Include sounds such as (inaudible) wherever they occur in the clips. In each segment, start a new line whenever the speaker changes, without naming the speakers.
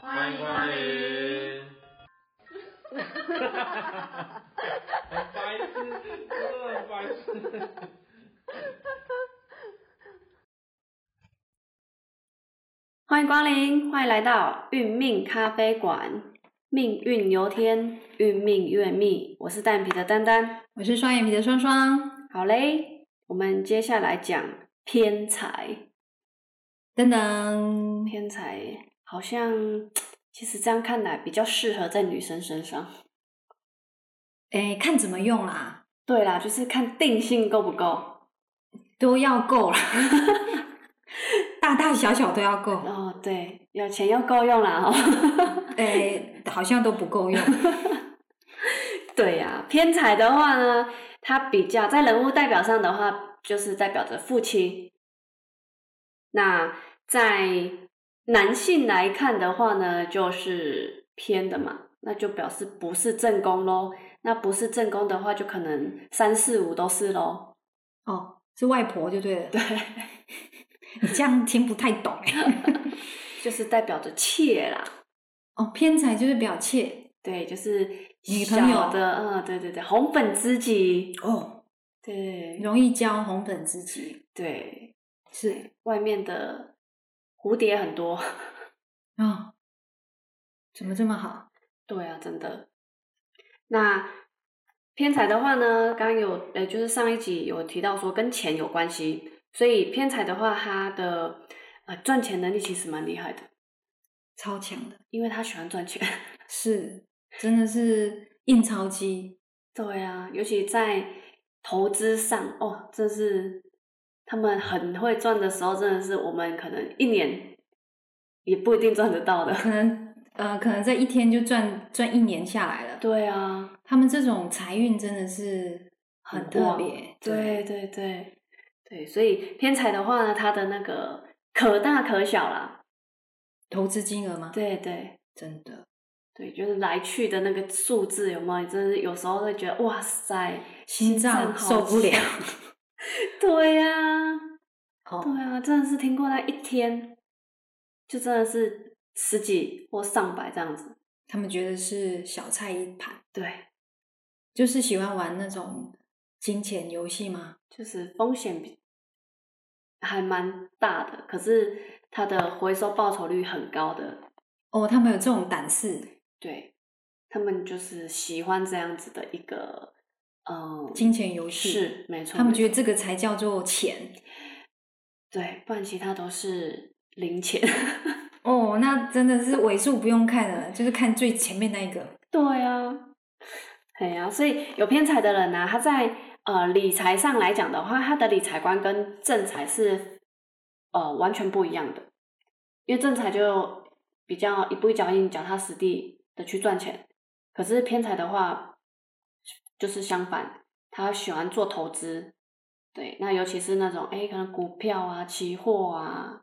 欢迎光 (laughs) 临。很白痴，真的很白痴。
欢迎光临，欢迎来到运命咖啡馆。命运由天，运命越密。我是蛋皮的丹丹。
我是双眼皮的双双，
好嘞，我们接下来讲偏财。
噔噔，
偏财好像其实这样看来比较适合在女生身上。
哎，看怎么用啦，
对啦，就是看定性够不够。
都要够啦， (laughs) 大大小小都要够，
哦，对，有钱又够用啦哦。
哎，好像都不 (laughs) 够用，
对呀、偏财的话呢，它比较在人物代表上的话，就是代表着父亲。那在男性来看的话呢，就是偏的嘛，那就表示不是正宫喽。那不是正宫的话，就可能三四五都是喽。
哦，是外婆就对了，
对，
你这样听不太 (laughs) 懂哎。
(laughs) 就是代表着妾啦。
哦，偏财就是表妾
对，就是
女朋友
小的，嗯，对对对，红粉知己，
哦，
对
容易交红粉知己，
对，
是
外面的蝴蝶很多。
啊、哦，怎么这么好？
对啊，真的。那偏财的话呢，刚刚有呃，就是上一集有提到说跟钱有关系，所以偏财的话，他的呃赚钱能力其实蛮厉害的，
超强的，
因为他喜欢赚钱。 (laughs)
是真的是印钞机，
对啊，尤其在投资上哦，真是他们很会赚的时候，真的是我们可能一年也不一定赚得到的。 (laughs)
可能呃，可能在一天就赚赚一年下来了。
对啊，
他们这种财运真的是
很
特
旺
别，
对对对对，所以偏财的话呢，它的那个可大可小啦。
投资金额吗？，
对对
真的
对，就是来去的那个数字有没有？你真的有时候会觉得哇塞，
心脏
脏
受不了。
好强 (laughs) 对呀、
哦，
对啊，真的是听过那一天，就真的是十几或上百这样子。
他们觉得是小菜一盘，
对，
就是喜欢玩那种金钱游戏吗？
就是风险比还蛮大的，可是它的回收报酬率很高的。
哦，他们有这种胆识，
对他们就是喜欢这样子的一个，嗯，
金钱游戏
是没错，
他们
没
觉得
错
这个才叫做钱。
对，不然其他都是零钱。
哦，那真的是尾数不用看了，就是看最前面那一个。
对啊，哎呀、所以有偏财的人呢、他在呃理财上来讲的话，他的理财观跟正财是呃完全不一样的，因为正财就比较一步一脚印、脚踏实地的去赚钱，可是偏财的话就是相反，他喜欢做投资，对，那尤其是那种哎可能股票啊、期货啊，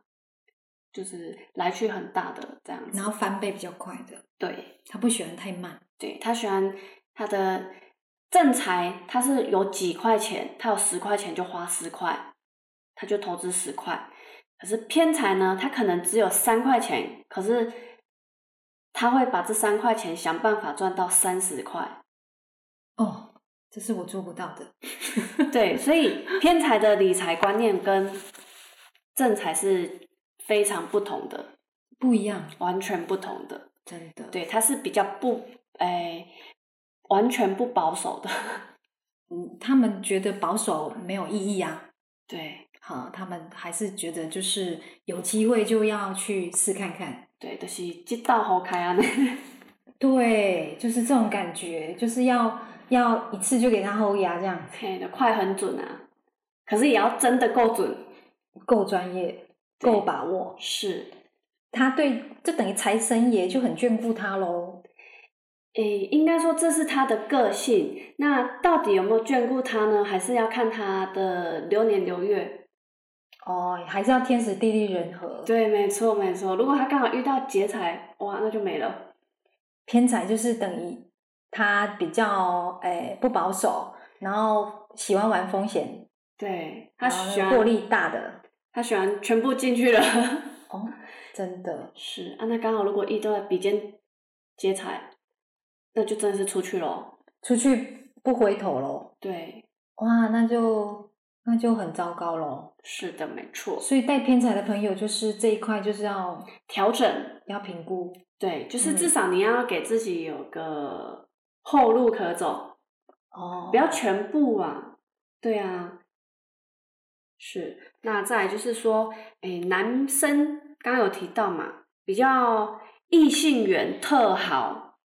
就是来去很大的这样
然
子，
后翻倍比较快的，
对。
他不喜欢太慢。
对他喜欢他的正财，他是有几块钱，他有十块钱就花十块，他就投资十块。可是偏财呢，他可能只有三块钱，可是他会把这三块钱想办法赚到三十块。
哦，这是我做不到的。
对，所以偏财的理财观念跟正财是非常不同的，
不一样，
完全不同的。
真的。，
对，他是比较不哎、完全不保守的。 (laughs)
嗯，他们觉得保守没有意义啊，
对，
好，呃他们还是觉得就是有机会就要去试看看。
对，就是即道好开啊！
对，就是这种感觉，就是要要一次就给他后牙，这样
(laughs) 嘿，就快很准啊，可是也要真的够准。
够专业，
对
够把握。
是，
他对，就等于财神爷就很眷顾他喽。
诶，应该说这是他的个性。那到底有没有眷顾他呢？还是要看他的流年流月。
哦，还是要天时地利人和。，
对，没错，没错。如果他刚好遇到劫财，哇，那就没了。
偏财就是等于他比较诶、不保守，然后喜欢玩风险，
对他
然后
喜
呢
欢
获利大的。 (laughs)
他喜欢全部进去了。
哦，真的，
是啊，那刚好如果遇到比肩劫财，那就真的是出去咯。
出去不回头喽，
对，
哇，那就那就很糟糕喽。
是的，没错。
所以带偏财的朋友，就是这一块就是要
调整，
要评估
对，就是
嗯
至少你要给自己有个后路可走，
哦，
不要全部啊。对啊，是。那再来就是说，哎，男生刚刚有提到嘛，比较异性缘特好，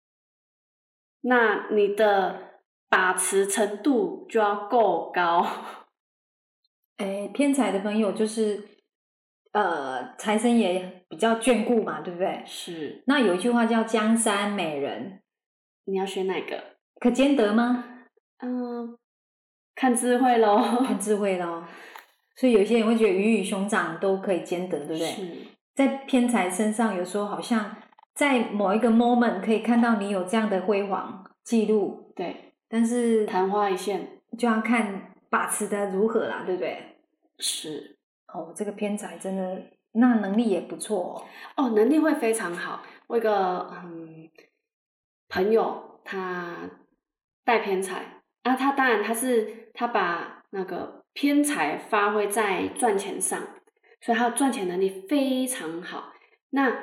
那你的把持程度就要够高。 (laughs)
哎，偏财的朋友就是，呃，财神也比较眷顾嘛，对不对？
是，
那有一句话叫“江山美人
你要选哪个？
可兼得”吗？
嗯，看智慧喽。
看智慧咯。所以有些人会觉得鱼与熊掌都可以兼得，对不对？
是，
在偏财身上，有时候好像在某一个 moment 可以看到你有这样的辉煌记录，
对，
但是
昙花一现。
就要看把持的如何啦，对不对？
是，
哦，这个偏财真的，那能力也不错、哦。
哦，能力会非常好。我有一个嗯朋友，他带偏财啊，他当然他是他把那个偏财发挥在赚钱上，所以他赚钱能力非常好。那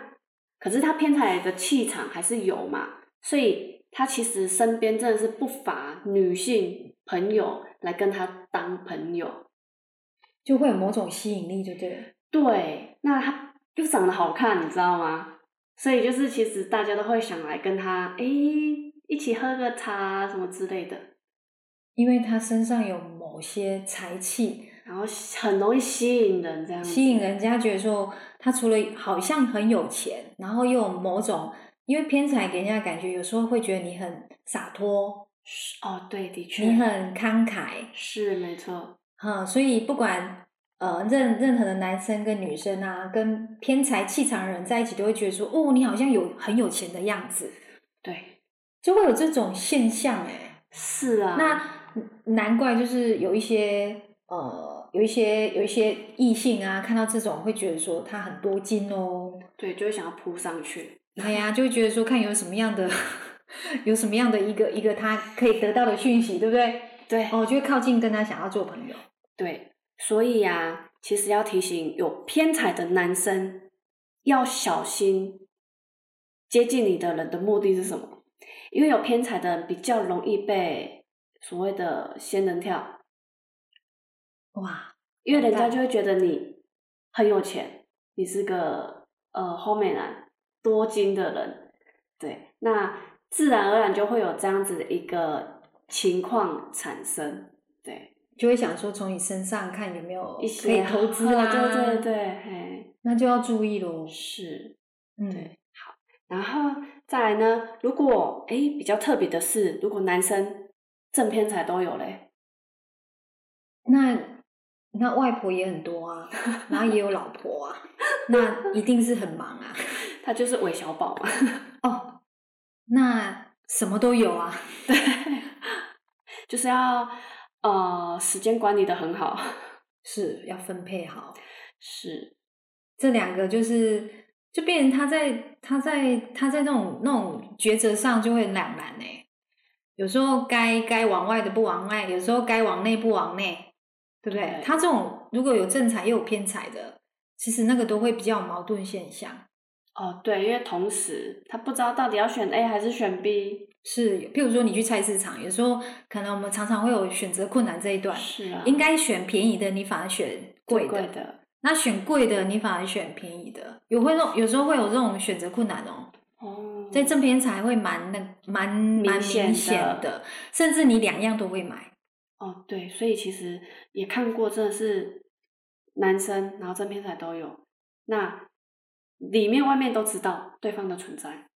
可是他偏财的气场还是有嘛，所以他其实身边真的是不乏女性朋友来跟他当朋友。
就会有某种吸引力，对不对？
对，那他又长得好看，你知道吗？所以就是其实大家都会想来跟他诶一起喝个茶啊什么之类的，
因为他身上有某些才气，
然后很容易吸引人这样子。
吸引人家觉得说他除了好像很有钱，然后又有某种，因为偏财给人家感觉有时候会觉得你很洒脱，
是哦，对，的确，
你很慷慨，
是没错，
哈、所以不管呃任任何的男生跟女生啊，跟偏财气场的人在一起，都会觉得说哦，你好像有很有钱的样子，
对，
就会有这种现象哎、
是啊，
那难怪就是有一些呃，有一些有一些异性啊，看到这种会觉得说他很多金哦，
对就会想要扑上去，
哎呀，就会觉得说看有什么样的 (laughs) 有什么样的一个一个他可以得到的讯息，对不对？
对，
哦，就会靠近跟他想要做朋友。
对，所以呀、其实要提醒有偏财的男生要小心接近你的人的目的是什么，因为有偏财的人比较容易被所谓的仙人跳，
哇，
因为人家
完蛋
就会觉得你很有钱，你是个呃后美男多金的人，对，那自然而然就会有这样子的一个情况产生，对，
就会想说从你身上看有没有
一
哦可以
些
投资
啊
啦，
对对对，嘿，
那就要注意喽。
是。
嗯
对，然后再来呢，如果诶比较特别的是，如果男生正偏财都有嘞，
那那外婆也很多啊，然后也有老婆啊，那一定是很忙啊。
他就是韦小宝嘛。 (laughs)
哦，那什么都有啊。
对，就是要呃时间管理的很好，
是要分配好。
是
这两个就是，就变成他在他在他在那种那种抉择上就会很两难呢、有时候该该往外的不往外，有时候该往内不往内，对不对？
对
他这种如果有正财又有偏财的，其实那个都会比较有矛盾现象。
哦，对，因为同时他不知道到底要选 A 还是选 B，
是，譬如说你去菜市场，有时候可能我们常常会有选择困难这一段，
是啊，
应该选便宜的，你反而选贵
贵
的。
的
那选贵的，你反而选便宜的，有会那种有时候会有这种选择困难哦。
哦，
在正偏财会蛮那蛮蛮
显
明显
的
的，甚至你两样都会买。
哦对，所以其实也看过，真的是男生，然后正偏财都有，那里面外面都知道对方的存在。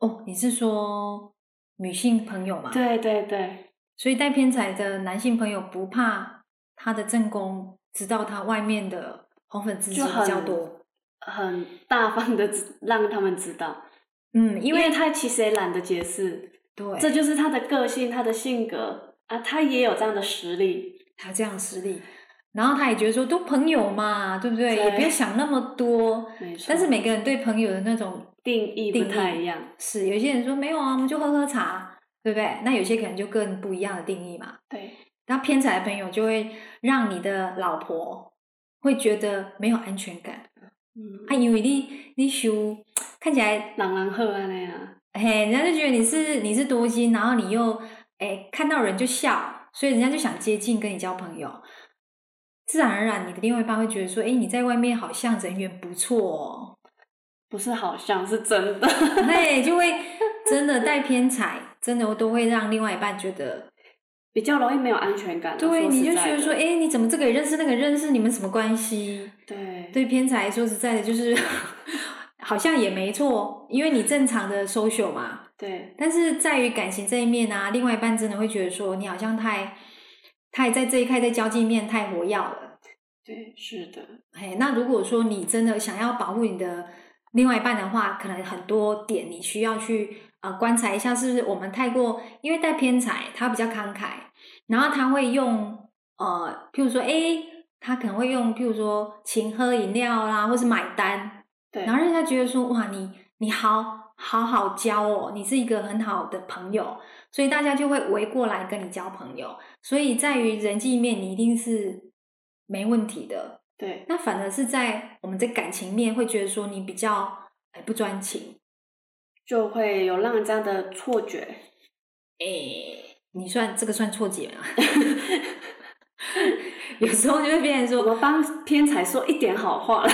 哦，你是说女性朋友嘛？，
对对对，
所以带偏财的男性朋友不怕他的正宫知道他外面的红粉知己
就很
比较多。
很大方的让他们知道，
嗯，因
因
为
为他其实也懒得解释，
对，
这就是他的个性，他的性格啊，他也有这样的实力，
还有这样的实力。然后他也觉得说都朋友嘛，对不对？
对
也不要想那么多。
没错。
但是每个人对朋友的那种
定义
定
不
义
太一样，
是，有些人说没有啊，我们就喝喝茶，对不对？那有些可能就更不一样的定义嘛。
对，
那偏财的朋友就会让你的老婆会觉得没有安全感，
嗯，
啊，因为你你修看起来
朗朗赫啊那样，
嘿，人家就觉得你是你是多金，然后你又哎、看到人就笑，所以人家就想接近跟你交朋友。自然而然，你的另外一半会觉得说：“哎、你在外面好像人缘不错、
不是好像是真的， (laughs)
哦。” (laughs) 嘿，就会真的带偏财，真的都会让另外一半觉得，
比较容易没有安全感啊。
对，
说
你
实
就
在
觉得
的
说：“哎、你怎么这个也认识，那个也认识，你们什么关系？”
对
对偏财说实在的，就是 (laughs) 好像也没错，哦因为你正常的 social 嘛，
对
但是在于感情这一面啊，另外一半真的会觉得说你好像太太在这一块在交际面太活跃了。
对，是的，
哎，那如果说你真的想要保护你的另外一半的话，可能很多点你需要去呃观察一下，是不是我们太过因为带偏财，他比较慷慨，然后他会用呃，譬如说，哎，他可能会用譬如说请喝饮料啦，或是买单，
对，
然后让人家觉得说，哇，你你好好好交哦，你是一个很好的朋友，所以大家就会围过来跟你交朋友。所以在于人际面，你一定是没问题的。
对
那反而是在我们在感情面，会觉得说你比较哎不专情，
就会有让人家的错觉，
哎，你算这个算错觉吗？ (laughs) 有时候就会变成说
我，们帮天才说一点好话了，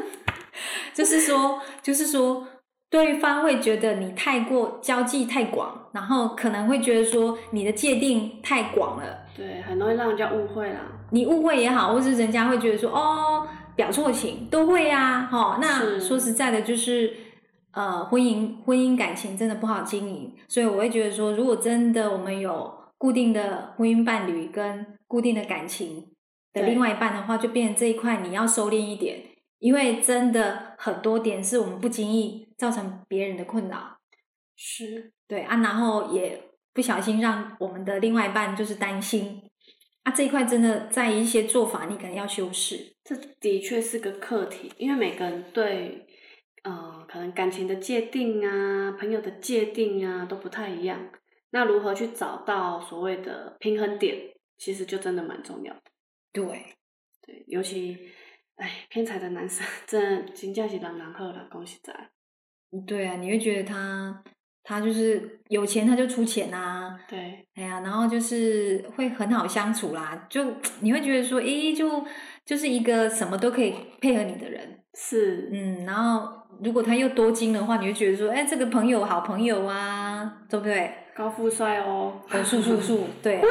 (laughs)
就是说，就是说，对方会觉得你太过交际太广，然后可能会觉得说你的界定太广了，
对，很容易让人家误会啦。
你误会也好，或是人家会觉得说哦表错情都会啊，哈、那
是
说实在的，就是。呃，婚姻婚姻感情真的不好经营，所以我会觉得说，如果真的我们有固定的婚姻伴侣跟固定的感情的
对
另外一半的话，就变成这一块你要收敛一点，因为真的很多点是我们不经意造成别人的困扰，
是，
对啊，然后也不小心让我们的另外一半就是担心啊，这一块真的在一些做法你可能要修饰，
这的确是个课题，因为每个人对，呃，可能感情的界定啊、朋友的界定啊都不太一样。那如何去找到所谓的平衡点，其实就真的蛮重要的。
对，
对，尤其，哎，偏财的男生真的金价是朗朗赫啦，恭喜在。
对啊，你会觉得他他就是有钱他就出钱啊，
对，
哎呀，然后就是会很好相处啦，就你会觉得说，诶，就就是一个什么都可以配合你的人，
是，
嗯，然后如果他又多金的话，你会觉得说，哎，这个朋友好朋友啊，对不对？
高富帅哦，
哦，素素素，对，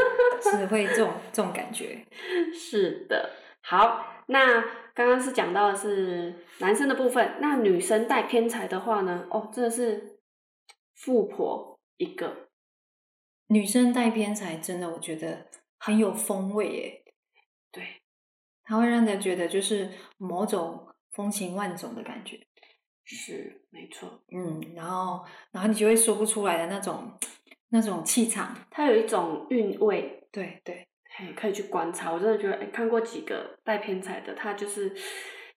是会这种这种感觉。
是的，好，那刚刚是讲到的是男生的部分，那女生带偏财的话呢，哦，真的是富婆一个，
女生带偏财，真的我觉得很有风味耶，
对，
它会让人觉得就是某种风情万种的感觉。
是没错，
嗯，然后然后你就会说不出来的那种那种气场。
它有一种韵味，
对对，
嘿，可以去观察。我真的觉得，哎，看过几个带偏财的，他就是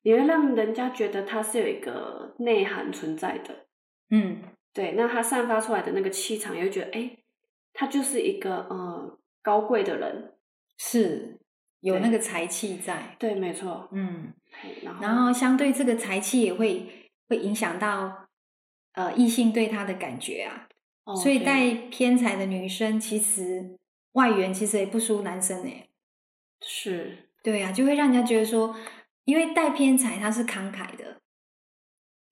你会让人家觉得他是有一个内涵存在的，
嗯，
对，那他散发出来的那个气场，也会觉得，哎，他就是一个呃高贵的人，
是有
对
那个财气在。
对，没错，
嗯。
嘿，然后
然后相对这个财气也会会影响到呃异性对他的感觉啊，
哦
所以
对
带偏财的女生其实外援其实也不输男生哎、
是。
对啊，就会让人家觉得说，因为带偏财她是慷慨的，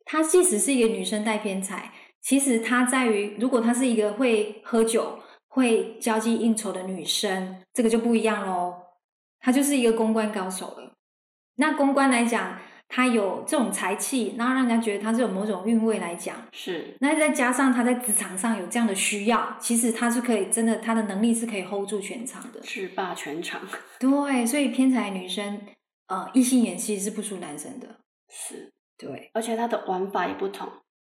她即使是一个女生带偏财，其实她在于如果她是一个会喝酒、会交际应酬的女生，这个就不一样喽，她就是一个公关高手了。那公关来讲，她有这种才气，然后让人家觉得她是有某种韵味来讲。
是
那再加上她在职场上有这样的需要，其实她是可以真的，她的能力是可以 hold 住全场的。
制霸全场，
对，所以偏财女生，呃，异性演戏是不输男生的。
是，
对，
而且它的玩法也不同。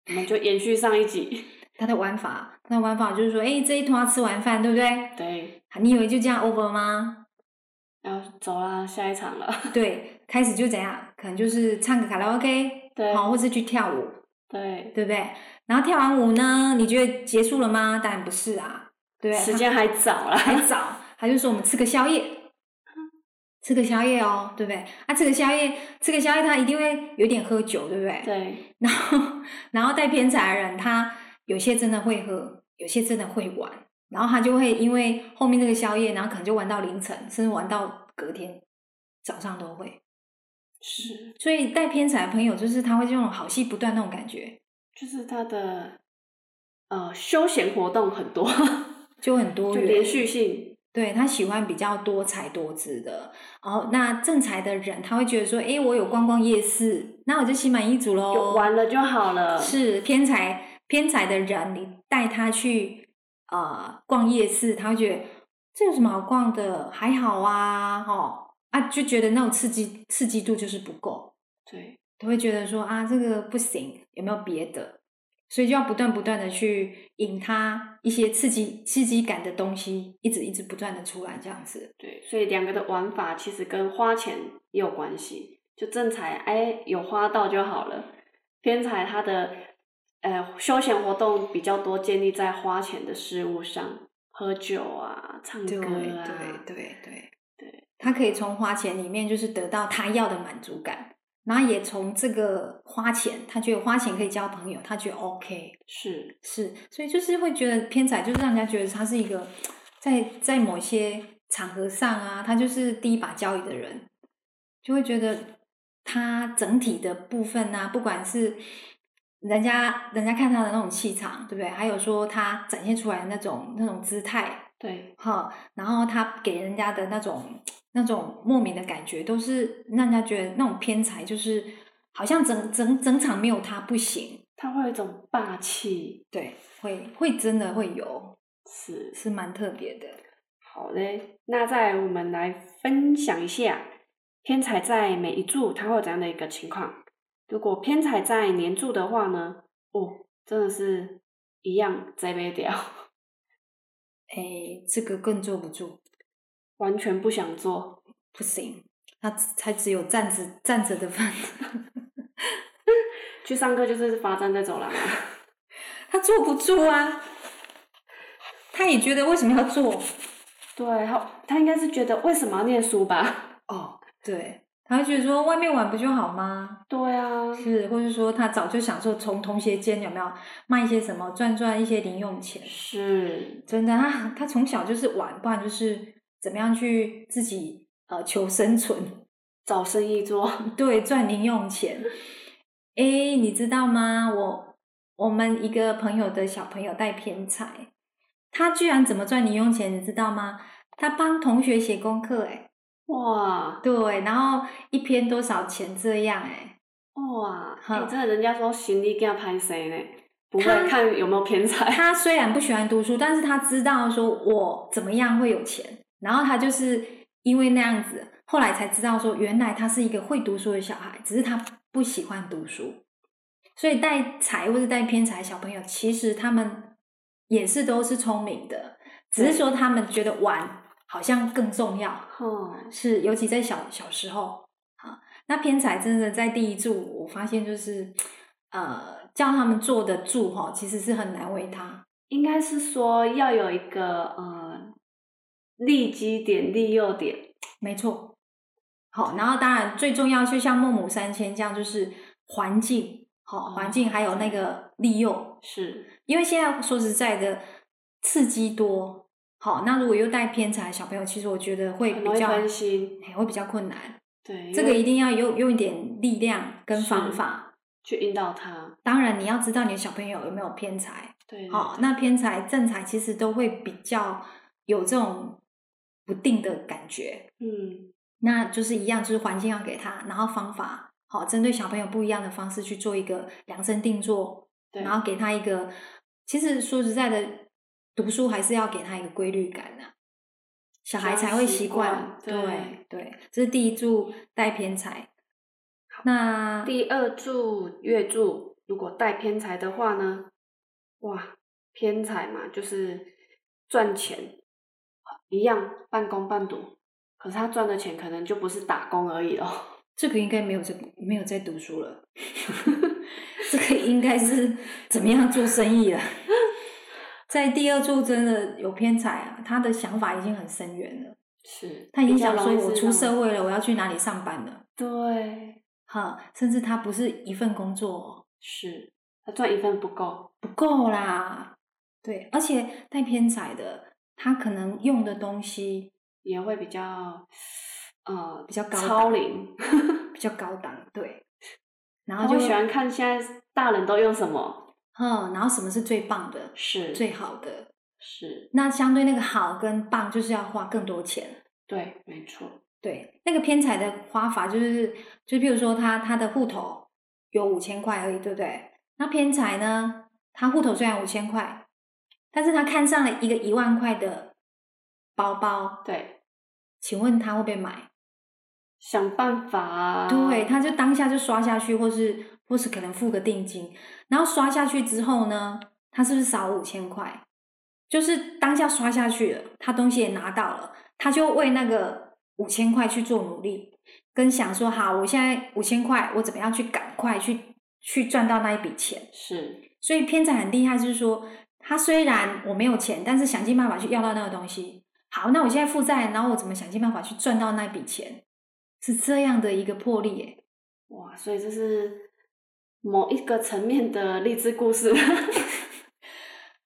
我们就延续上一集，
他的玩法，他的玩法就是说，哎，这一坨要吃完饭，对不对？
对，
你以为就这样 over 吗？
然后走啦，下一场了。
对，开始就怎样，可能就是唱个卡拉 OK，
对
好，或是去跳舞，
对，
对不对？然后跳完舞呢，你觉得结束了吗？当然不是啊，对不对，
时间还早
(laughs)
啦。
还早，他就说我们吃个宵夜，吃个宵夜哦，对不对？啊，吃个宵夜，吃个宵夜，他一定会有点喝酒，对不对？
对，
然后，然后带偏财的人，他有些真的会喝，有些真的会玩，然后他就会因为后面这个宵夜，然后可能就玩到凌晨，甚至玩到隔天早上都会。
是，
所以带偏财的朋友，就是他会这种好戏不断那种感觉，
就是他的呃休闲活动很多，
就很多
就
元
连续性。
对他喜欢比较多才多姿的，然后那正财的人，他会觉得说，诶，我有逛逛夜市，那我就心满意足
有
喽。
玩了就好了
是偏财偏财的人，你带他去呃逛夜市，他会觉得这有什么好逛的？还好啊，哦啊，就觉得那种刺激刺激度就是不够，
对，
他会觉得说啊，这个不行，有没有别的？所以就要不断不断的去引他一些刺激刺激感的东西，一直一直不断的出来这样子。
对，所以两个的玩法其实跟花钱也有关系。就正财，哎，有花到就好了。偏财，它的呃休闲活动比较多，建立在花钱的事物上，喝酒啊，唱
对
歌啊，
对对对对，他可以从花钱里面就是得到他要的满足感，然后也从这个花钱，他觉得花钱可以交朋友，他觉得 OK，
是
是，所以就是会觉得偏财就是让人家觉得他是一个在在某些场合上啊，他就是第一把交椅的人，就会觉得他整体的部分啊，不管是人家人家看他的那种气场，对不对？还有说他展现出来的那种那种姿态，
对，
哈，然后他给人家的那种那种莫名的感觉，都是让人家觉得那种偏财，就是好像整整整场没有他不行，
它会有一种霸气，
对，会会真的会有，
是
是蛮特别的。
好嘞，那再我们来分享一下偏财在每一柱它会有怎样的一个情况。如果偏财在年柱的话呢，哦，真的是一样栽杯掉，
哎，这个更坐不住，
完全不想做。
不行，他只才只有站着站着的份，
去上课就是罚站再走廊啊，
他坐不住啊。他也觉得为什么要做？
对，他他应该是觉得为什么要念书吧？
哦，对，他会觉得说外面玩不就好吗？
(laughs) 对啊，
是，或是说他早就想说从同学间有没有卖一些什么赚赚一些零用钱？
是，
真的，他他从小就是玩，不然就是怎么样去自己呃求生存，
找生意做，
对，赚零用钱。诶，你知道吗？我我们一个朋友的小朋友带偏财，他居然怎么赚零用钱，你知道吗？他帮同学写功课，诶，
哇
对，然后一篇多少钱这样，诶，
哇，
好
哎，真的人家说行李给他拍谁呢？不会
他
看有没有偏财。 (laughs)
他虽然不喜欢读书，但是他知道说我怎么样会有钱，然后他就是因为那样子，后来才知道说原来他是一个会读书的小孩，只是他不喜欢读书，所以带财或是带偏财的小朋友，其实他们也是都是聪明的，只是说他们觉得玩好像更重要，
哦，
是尤其在小小时候啊，那偏财真的在第一柱，我发现就是呃叫他们坐得住哈，其实是很难为他。
应该是说要有一个呃利基点、利诱点，
没错。好，然后当然最重要，就像孟母三迁这样，就是环境，好、
嗯
环境还有那个利诱，
是
因为现在说实在的，刺激多，好，那如果又带偏财的小朋友，其实我觉得会
很
比
容易
较
分心。
哎会比较困难，
对，
这
因
个
为
一定要用用一点力量跟方
是
法。
去引导他。
当然，你要知道你的小朋友有没有偏财，
对，
好，那偏财、正财其实都会比较有这种不定的感觉，
嗯，
那就是一样，就是环境要给他，然后方法好，针对小朋友不一样的方式去做一个量身定做，
对，
然后给他一个，其实说实在的，读书还是要给他一个规律感的、小孩才会习惯。
习惯对
对对，这是第一柱带偏财。那
第二柱月柱如果带偏财的话呢，哇，偏财嘛就是赚钱，一样半工半读，可是他赚的钱可能就不是打工而已哦。
这个应该没有在没有在读书了， (laughs) 这个应该是怎么样做生意了。 (laughs) 在第二柱真的有偏财啊，他的想法已经很深远了，
是
他已经想说我出
会，
社会了，我要去哪里上班了，
对，
哈，甚至他不是一份工作、哦，
是他赚一份不够，
不够啦。对，而且带偏财的，他可能用的东西
也会比较呃
比较高档
超龄， (laughs)
比较高档，对。然
他
后就
会喜欢看现在大人都用什么，
嗯，然后什么是最棒的、
是
最好的？
是
那相对那个好跟棒，就是要花更多钱。
对，没错，
对，那个偏财的花法就是，就譬如说他他的户头有五千块而已，对不对？那偏财呢，他户头虽然五千块，但是他看上了一个一万块的包包，
对，
请问他会不会买？
想办法啊，
对，他就当下就刷下去，或是或是可能付个定金，然后刷下去之后呢，他是不是少五千块？就是当下刷下去了，他东西也拿到了，他就为那个五千块去做努力，跟想说好，我现在五千块，我怎么样去赶快去去赚到那一笔钱？
是
所以偏财很厉害，就是说他虽然我没有钱，但是想尽办法去要到那个东西。好，那我现在负债，然后我怎么想尽办法去赚到那笔钱？是这样的一个魄力、耶。
哇，所以这是某一个层面的励志故事， (laughs)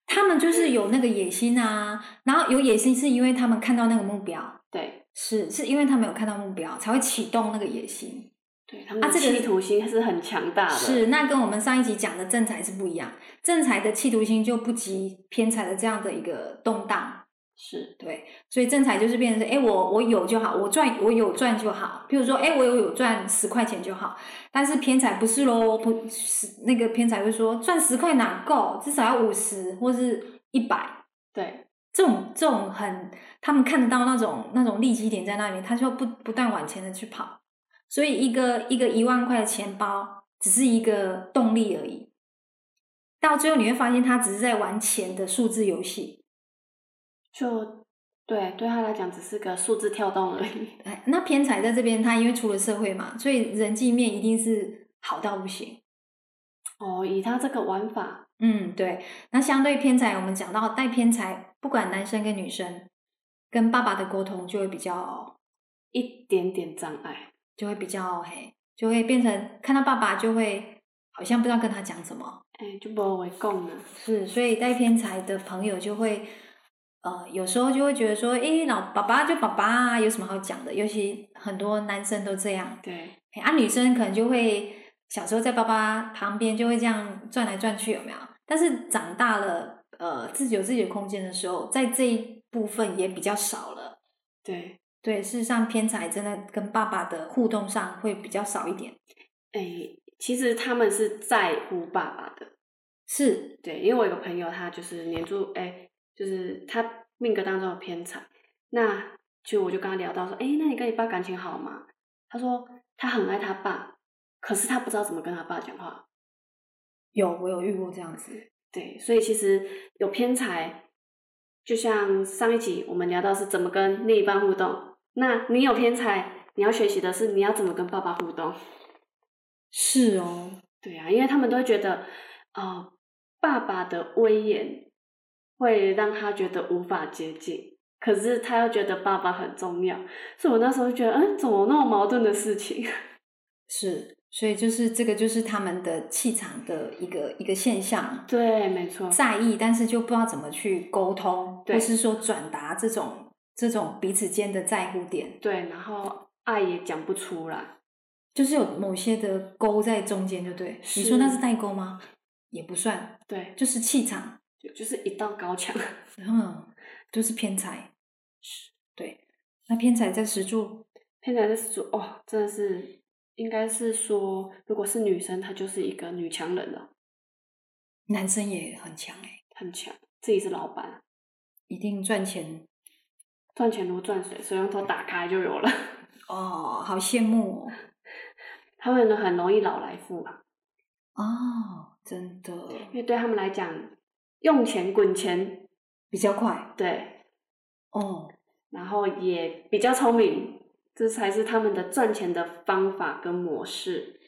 他们就是有那个野心啊，然后有野心是因为他们看到那个目标，
对
是是因为他们有看到目标才会启动那个野心。
对，他们的
啊这个
企图心是很强大的，
是，那跟我们上一集讲的正财是不一样，正财的企图心就不及偏财的这样的一个动荡，
是
对，所以正财就是变成是，哎，我我有就好，我赚我有赚就好。譬如说，哎，我有有赚十块钱就好。但是偏财不是喽，不是那个偏财会说赚十块哪够，至少要五十或是一百。
对
这种这种很，他们看得到那种那种利基点在那里，他就不不断往前的去跑。所以一个一个一万块的钱包，只是一个动力而已。到最后你会发现，他只是在玩钱的数字游戏。
就。对，对他来讲只是个数字跳动而已。 (laughs)
哎，那偏财在这边，他因为出了社会嘛，所以人际面一定是好到不行。
哦，以他这个玩法，
嗯，对。那相对偏财，我们讲到带偏财，不管男生跟女生，跟爸爸的沟通就会比较，
一点点障碍。
就会比较嘿，就会变成看到爸爸就会好像不知道跟他讲什么。
哎，就不为共了。
是，所以带偏财的朋友就会，呃，有时候就会觉得说，诶、老爸爸就爸爸啊，有什么好讲的？尤其很多男生都这样。
对，
欸啊，女生可能就会小时候在爸爸旁边就会这样转来转去，有没有？但是长大了，呃，自己有自己的空间的时候，在这一部分也比较少了。
对，
对，事实上偏财真的跟爸爸的互动上会比较少一点。
哎，其实他们是在乎爸爸的。
是，
对，因为我有个朋友，他就是年柱，哎，就是他命格当中的偏财。那就我就跟他聊到说，哎，那你跟你爸感情好吗？他说他很爱他爸，可是他不知道怎么跟他爸讲话。
有我有遇过这样子。
对，所以其实有偏财，就像上一集我们聊到是怎么跟另一半互动。那你有偏财，你要学习的是你要怎么跟爸爸互动。
是哦，
对啊，因为他们都会觉得，呃，爸爸的威严会让他觉得无法接近，可是他又觉得爸爸很重要，所以我那时候就觉得，嗯，怎么那么矛盾的事情？ (laughs)
是，所以就是这个就是他们的气场的一个一个现象。
对，没错，
在意，但是就不知道怎么去沟通，
对
或是说转达这种这种彼此间的在乎点，
对，然后爱也讲不出来，
就是有某些的沟在中间，就对。你说那
是
是代沟吗？也不算，
对，
就是气场，
就就是一道高墙。 (laughs)
嗯，就是偏财，对。那偏财在石柱，
偏财是说，哦，真的是，应该是说，如果是女生，她就是一个女强人了，
男生也很强哎、
很强，自己是老板，
一定赚钱
赚钱如赚水，水龙头打开就有了。 (laughs)
哦，好羡慕哦，
他们呢很容易老来富啊，
哦，真的
因为对他们来讲，用钱滚钱，
比较快
对，
哦，
然后也比较聪明，这才是他们的赚钱的方法跟模式，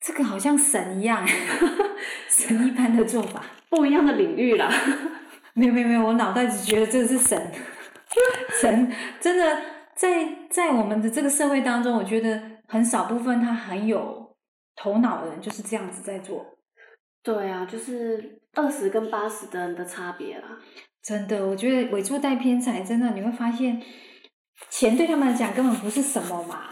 这个好像神一样， (laughs) 神一般的做法。
不一样的领域啦。 (laughs)
没有没有没有，我脑袋只觉得这是神， (laughs) 神真的在在我们的这个社会当中，我觉得很少部分他很有头脑的人就是这样子在做。
对啊，就是二十跟八十的人的差别啦。
真的，我觉得伪助带偏财，真的你会发现，钱对他们来讲根本不是什么嘛。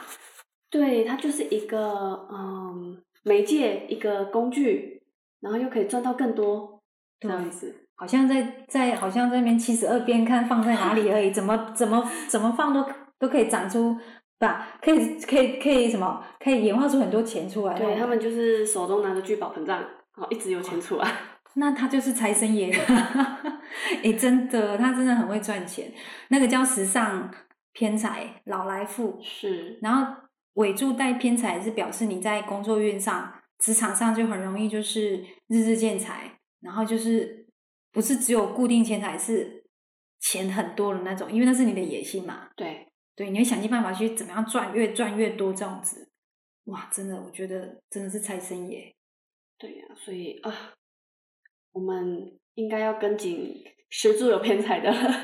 对，它就是一个嗯媒介，一个工具，然后又可以赚到更多这
对
样子。
好像在在好像在那边七十二变看放在哪里而已，怎么怎么怎么放都都可以长出，不可以可以可以什么可以演化出很多钱出来。哦
对他们就是手中拿着聚宝盆账，然后一直有钱出来。
那他就是财神爷， (laughs) 哎、真的，他真的很会赚钱。那个叫时尚偏财，老来
(laughs)
富。
是，
然后尾柱带偏财是表示你在工作运上、职场上就很容易就是日日见财，然后就是不是只有固定钱财，是钱很多的那种，因为那是你的野心嘛。
对，
对，你会想尽办法去怎么样赚，越赚越多这样子。哇，真的，我觉得真的是财神爷。
对呀、所以啊，我们应该要跟紧十柱有偏财的 (laughs) 人。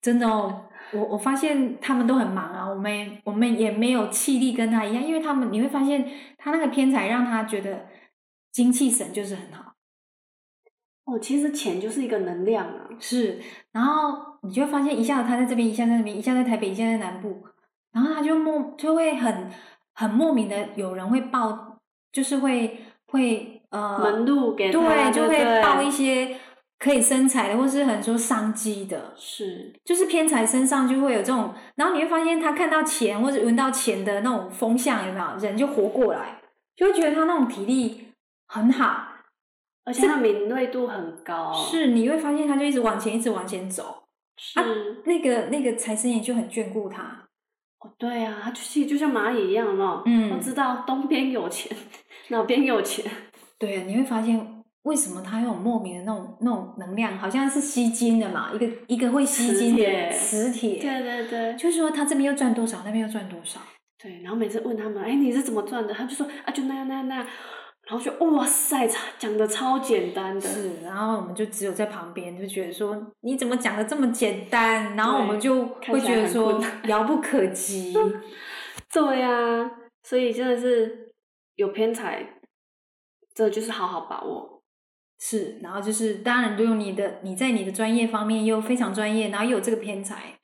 真的哦，我我发现他们都很忙啊，我们也我们也没有气力跟他一样，因为他们你会发现他那个偏财让他觉得精气神就是很好，
哦，其实钱就是一个能量啊。
是，然后你就会发现一下子他在这边，一下在那边，一下在台北，一下在南部，然后他就莫就会很很莫名的有人会报，就是会会呃
门路给他
对，就
对不对
会报一些可以生财的，或是很说商机的，
是，
就是偏财身上就会有这种，然后你会发现他看到钱或者闻到钱的那种风向，有没有？人就活过来，就会觉得他那种体力很好，
而且他敏锐度很高。
是啊你会发现他就一直往前，一直往前走。
是、
那个那个财神爷就很眷顾他，
哦，对啊，他就其实就像蚂蚁一样有没有
嗯
都知道东边有钱，哪边有钱。
(laughs) 对啊，你会发现为什么他有莫名的那种那种能量，好像是吸金的嘛，一个一个会吸
磁
金
铁
的磁铁，
对对对
就是说他这边又赚多少，那边又赚多少。
对，然后每次问他们，哎，你是怎么赚的？他就说啊，就那样那样那样，然后就哇塞，讲的超简单的。
是，然后我们就只有在旁边就觉得说，你怎么讲的这么简单？然后我们
对
就
看
会
起
觉
来
得
很
说
困难
遥不可及。
对呀、啊，所以真的是有偏财，这就是好好把握。
是，然后就是当然，如果你的你在你的专业方面又非常专业，然后又有这个偏才，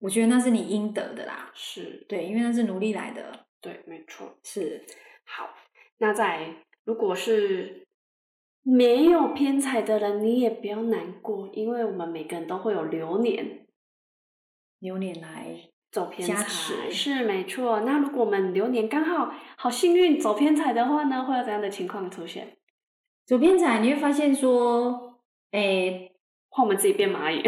我觉得那是你应得的啦。
是，
对，因为那是努力来的。
对，没错。
是，
好，那在如果是没有偏财的人，你也不要难过，因为我们每个人都会有流年
流年来
走偏
加
财，
持
是没错。那如果我们流年刚好好幸运走偏财的话呢，会有怎样的情况出现？
走偏财，你会发现说，哎
换我们自己变蚂蚁，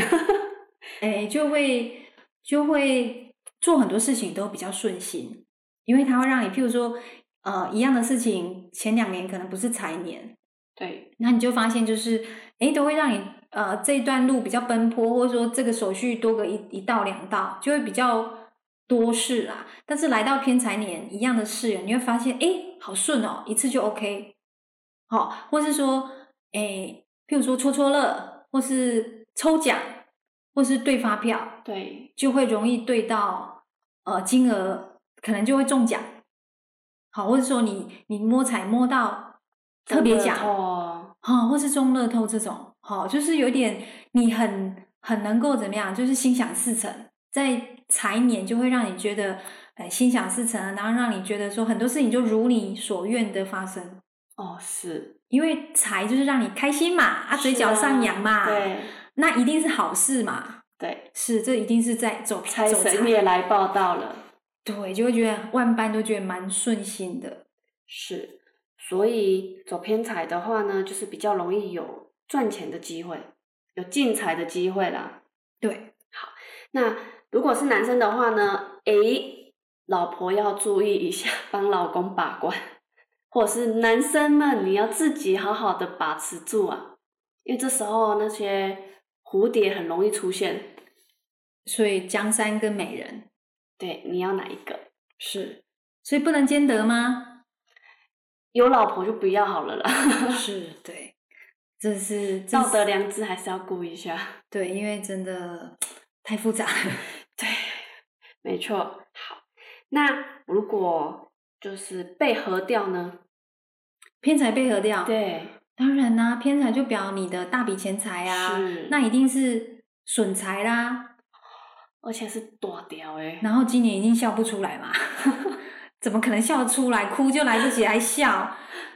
(laughs)
哎，就会就会做很多事情都比较顺心，因为它会让你，譬如说，呃，一样的事情，前两年可能不是财年，
对，
那你就发现就是，哎，都会让你呃这一段路比较奔波，或者说这个手续多个一一道两道，就会比较多事啊。但是来到偏财年一样的事，你会发现，哎，好顺哦，一次就 OK。好、或是说，哎，譬如说戳戳乐，或是抽奖，或是对发票，
对，
就会容易对到呃金额，可能就会中奖。好，或者说你你摸彩摸到特别
真的
奖，
哦，
哦，或是中乐透这种，哦，就是有点你很很能够怎么样，就是心想事成，在财年就会让你觉得，呃，心想事成啊，然后让你觉得说很多事情就如你所愿的发生，
哦是
因为财就是让你开心嘛，啊，嘴
是
角上
啊
扬嘛，
对
那一定是好事嘛，
对，
是，这一定是在走
财
走
神也来报道了。
对，就会觉得万般都觉得蛮顺心的，
是，所以走偏财的话呢，就是比较容易有赚钱的机会，有进财的机会啦。
对，
那如果是男生的话呢，诶，老婆要注意一下，帮老公把关，或者是男生们你要自己好好的把持住啊，因为这时候那些蝴蝶很容易出现。
所以江山跟美人
对，你要哪一个？
是，所以不能兼得吗？
有老婆就不要好了啦，
是对，这是这
道
是
德良知还是要顾一下。
对，因为真的太复杂了。
对，没错。好，那如果就是被合掉呢？
偏财被合掉，，
对，
当然啦、偏财就表你的大笔钱
哎
财啊，
是
那一定是损财啦。
而且是大掉哎、
然后今年一定笑不出来嘛， (laughs) 怎么可能笑得出来？哭就来不及，还笑。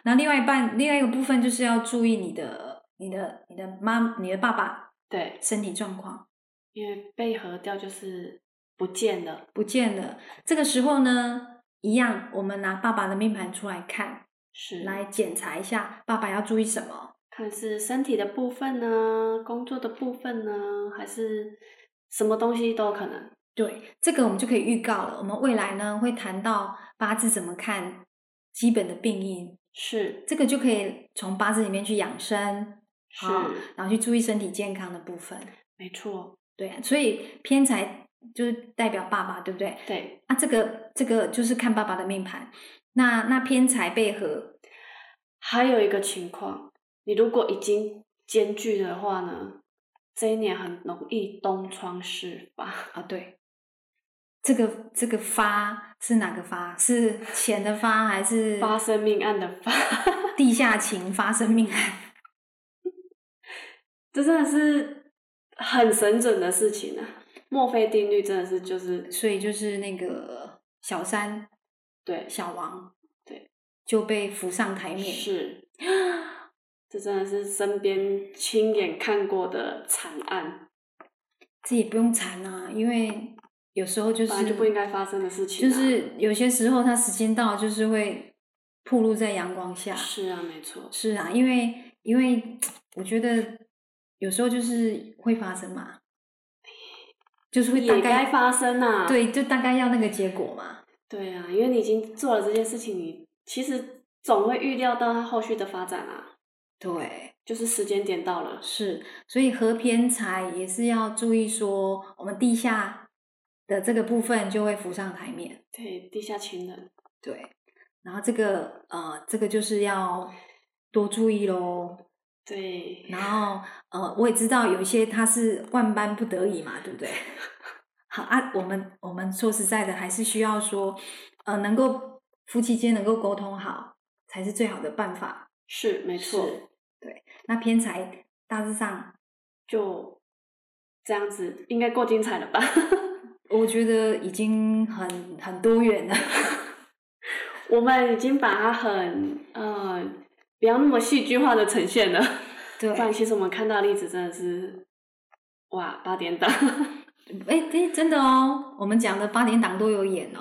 然后另外一半，另外一个部分就是要注意你的、你的、你的妈、你的爸爸
对，
身体状况。
因为被合掉就是不见了，
不见了。这个时候呢，一样，我们拿爸爸的命盘出来看，
是
来检查一下爸爸要注意什么。
看是身体的部分呢，工作的部分呢，还是什么东西都有可能。
对，这个我们就可以预告了。我们未来呢会谈到八字怎么看基本的病因，
是
这个就可以从八字里面去养生，
是，
好然后去注意身体健康的部分。
没错，
对，啊所以偏财就是代表爸爸，对不对？
对，
啊，这个这个就是看爸爸的命盘。那那偏财被合，
还有一个情况，你如果已经兼具的话呢，这一年很容易东窗事发。
啊，对，这个这个发是哪个发？是钱的发还是
发生命案的发， (laughs)
地下情发生命案？
这真的是很神准的事情啊！墨菲定律真的是就是
所以就是那个小三
对
小王，
对，
就被扶上台面。
是，这真的是身边亲眼看过的惨案，
这也不用缠啊，因为有时候就是
本来就不应该发生的事情
就
啊
是有些时候他时间到了就是会暴露在阳光下。
是啊，没错，
是啊，因为因为我觉得有时候就是会发生嘛，就是会大
也
概
该发生啊。
对，就大概要那个结果嘛。
对啊，因为你已经做了这件事情，你其实总会预料到它后续的发展啊，
对，
就是时间点到了。
是，所以合偏财也是要注意说，我们地下的这个部分就会浮上台面。
对，地下情人，
对，然后这个呃，这个就是要多注意喽。
对，
然后呃，我也知道有一些他是万般不得已嘛，对不对？ (laughs) 好啊，我们我们说实在的，还是需要说，呃，能够夫妻间能够沟通好，才是最好的办法。
是没错，
是那偏财大致上，
就这样子，应该够精彩了吧？
我觉得已经很很多元了。
我们已经把它很呃，不要那么戏剧化的呈现了。 (laughs)
对，
不然其实我们看到的例子真的是，哇，八点档， (laughs)
哎哎，真的哦，我们讲的八点档都有演哦。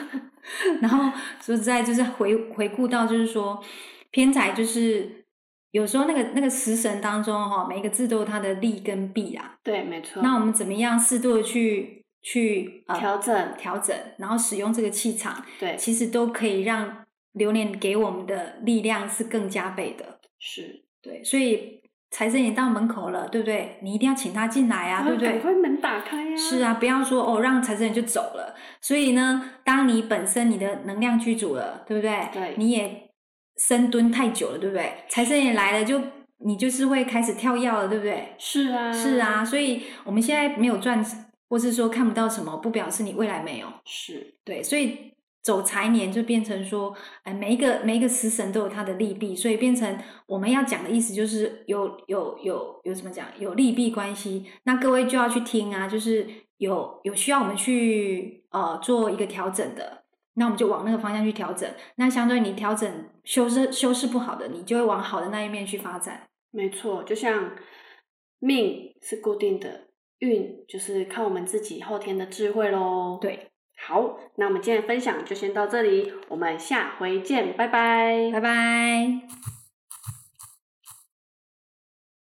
(laughs) 然后说实在，就是回回顾到，就是说偏财，就是有时候那个那个食神当中哈、哦，每一个字都有它的利跟弊啊。
对，没错。
那我们怎么样适度的去去、呃、
嗯调整，
调整，然后使用这个气场，
对，
其实都可以让流年给我们的力量是更加倍的。
是，
对，所以财神也到门口了，对不对？你一定要请他进来啊，对不对？
赶快门打开呀、
是，啊，不要说哦，让财神爷就走了。所以呢，当你本身你的能量具足了，对不对？
对
你也深蹲太久了，对不对？财神爷来了就，你就是会开始跳药了，对不对？
是啊，
是，啊，所以我们现在没有赚，或是说看不到什么，不表示你未来没有。
是，
对，所以走财年就变成说，哎，每一个每一个食神都有它的利弊，所以变成我们要讲的意思就是有有有有怎么讲，有利弊关系。那各位就要去听啊，就是有有需要我们去呃做一个调整的，那我们就往那个方向去调整。那相对你调整修饰修饰不好的，你就会往好的那一面去发展。
没错。就像命是固定的，运就是靠我们自己后天的智慧喽。，
对，
好，那我们今天的分享就先到这里，我们下回见，拜拜
拜拜。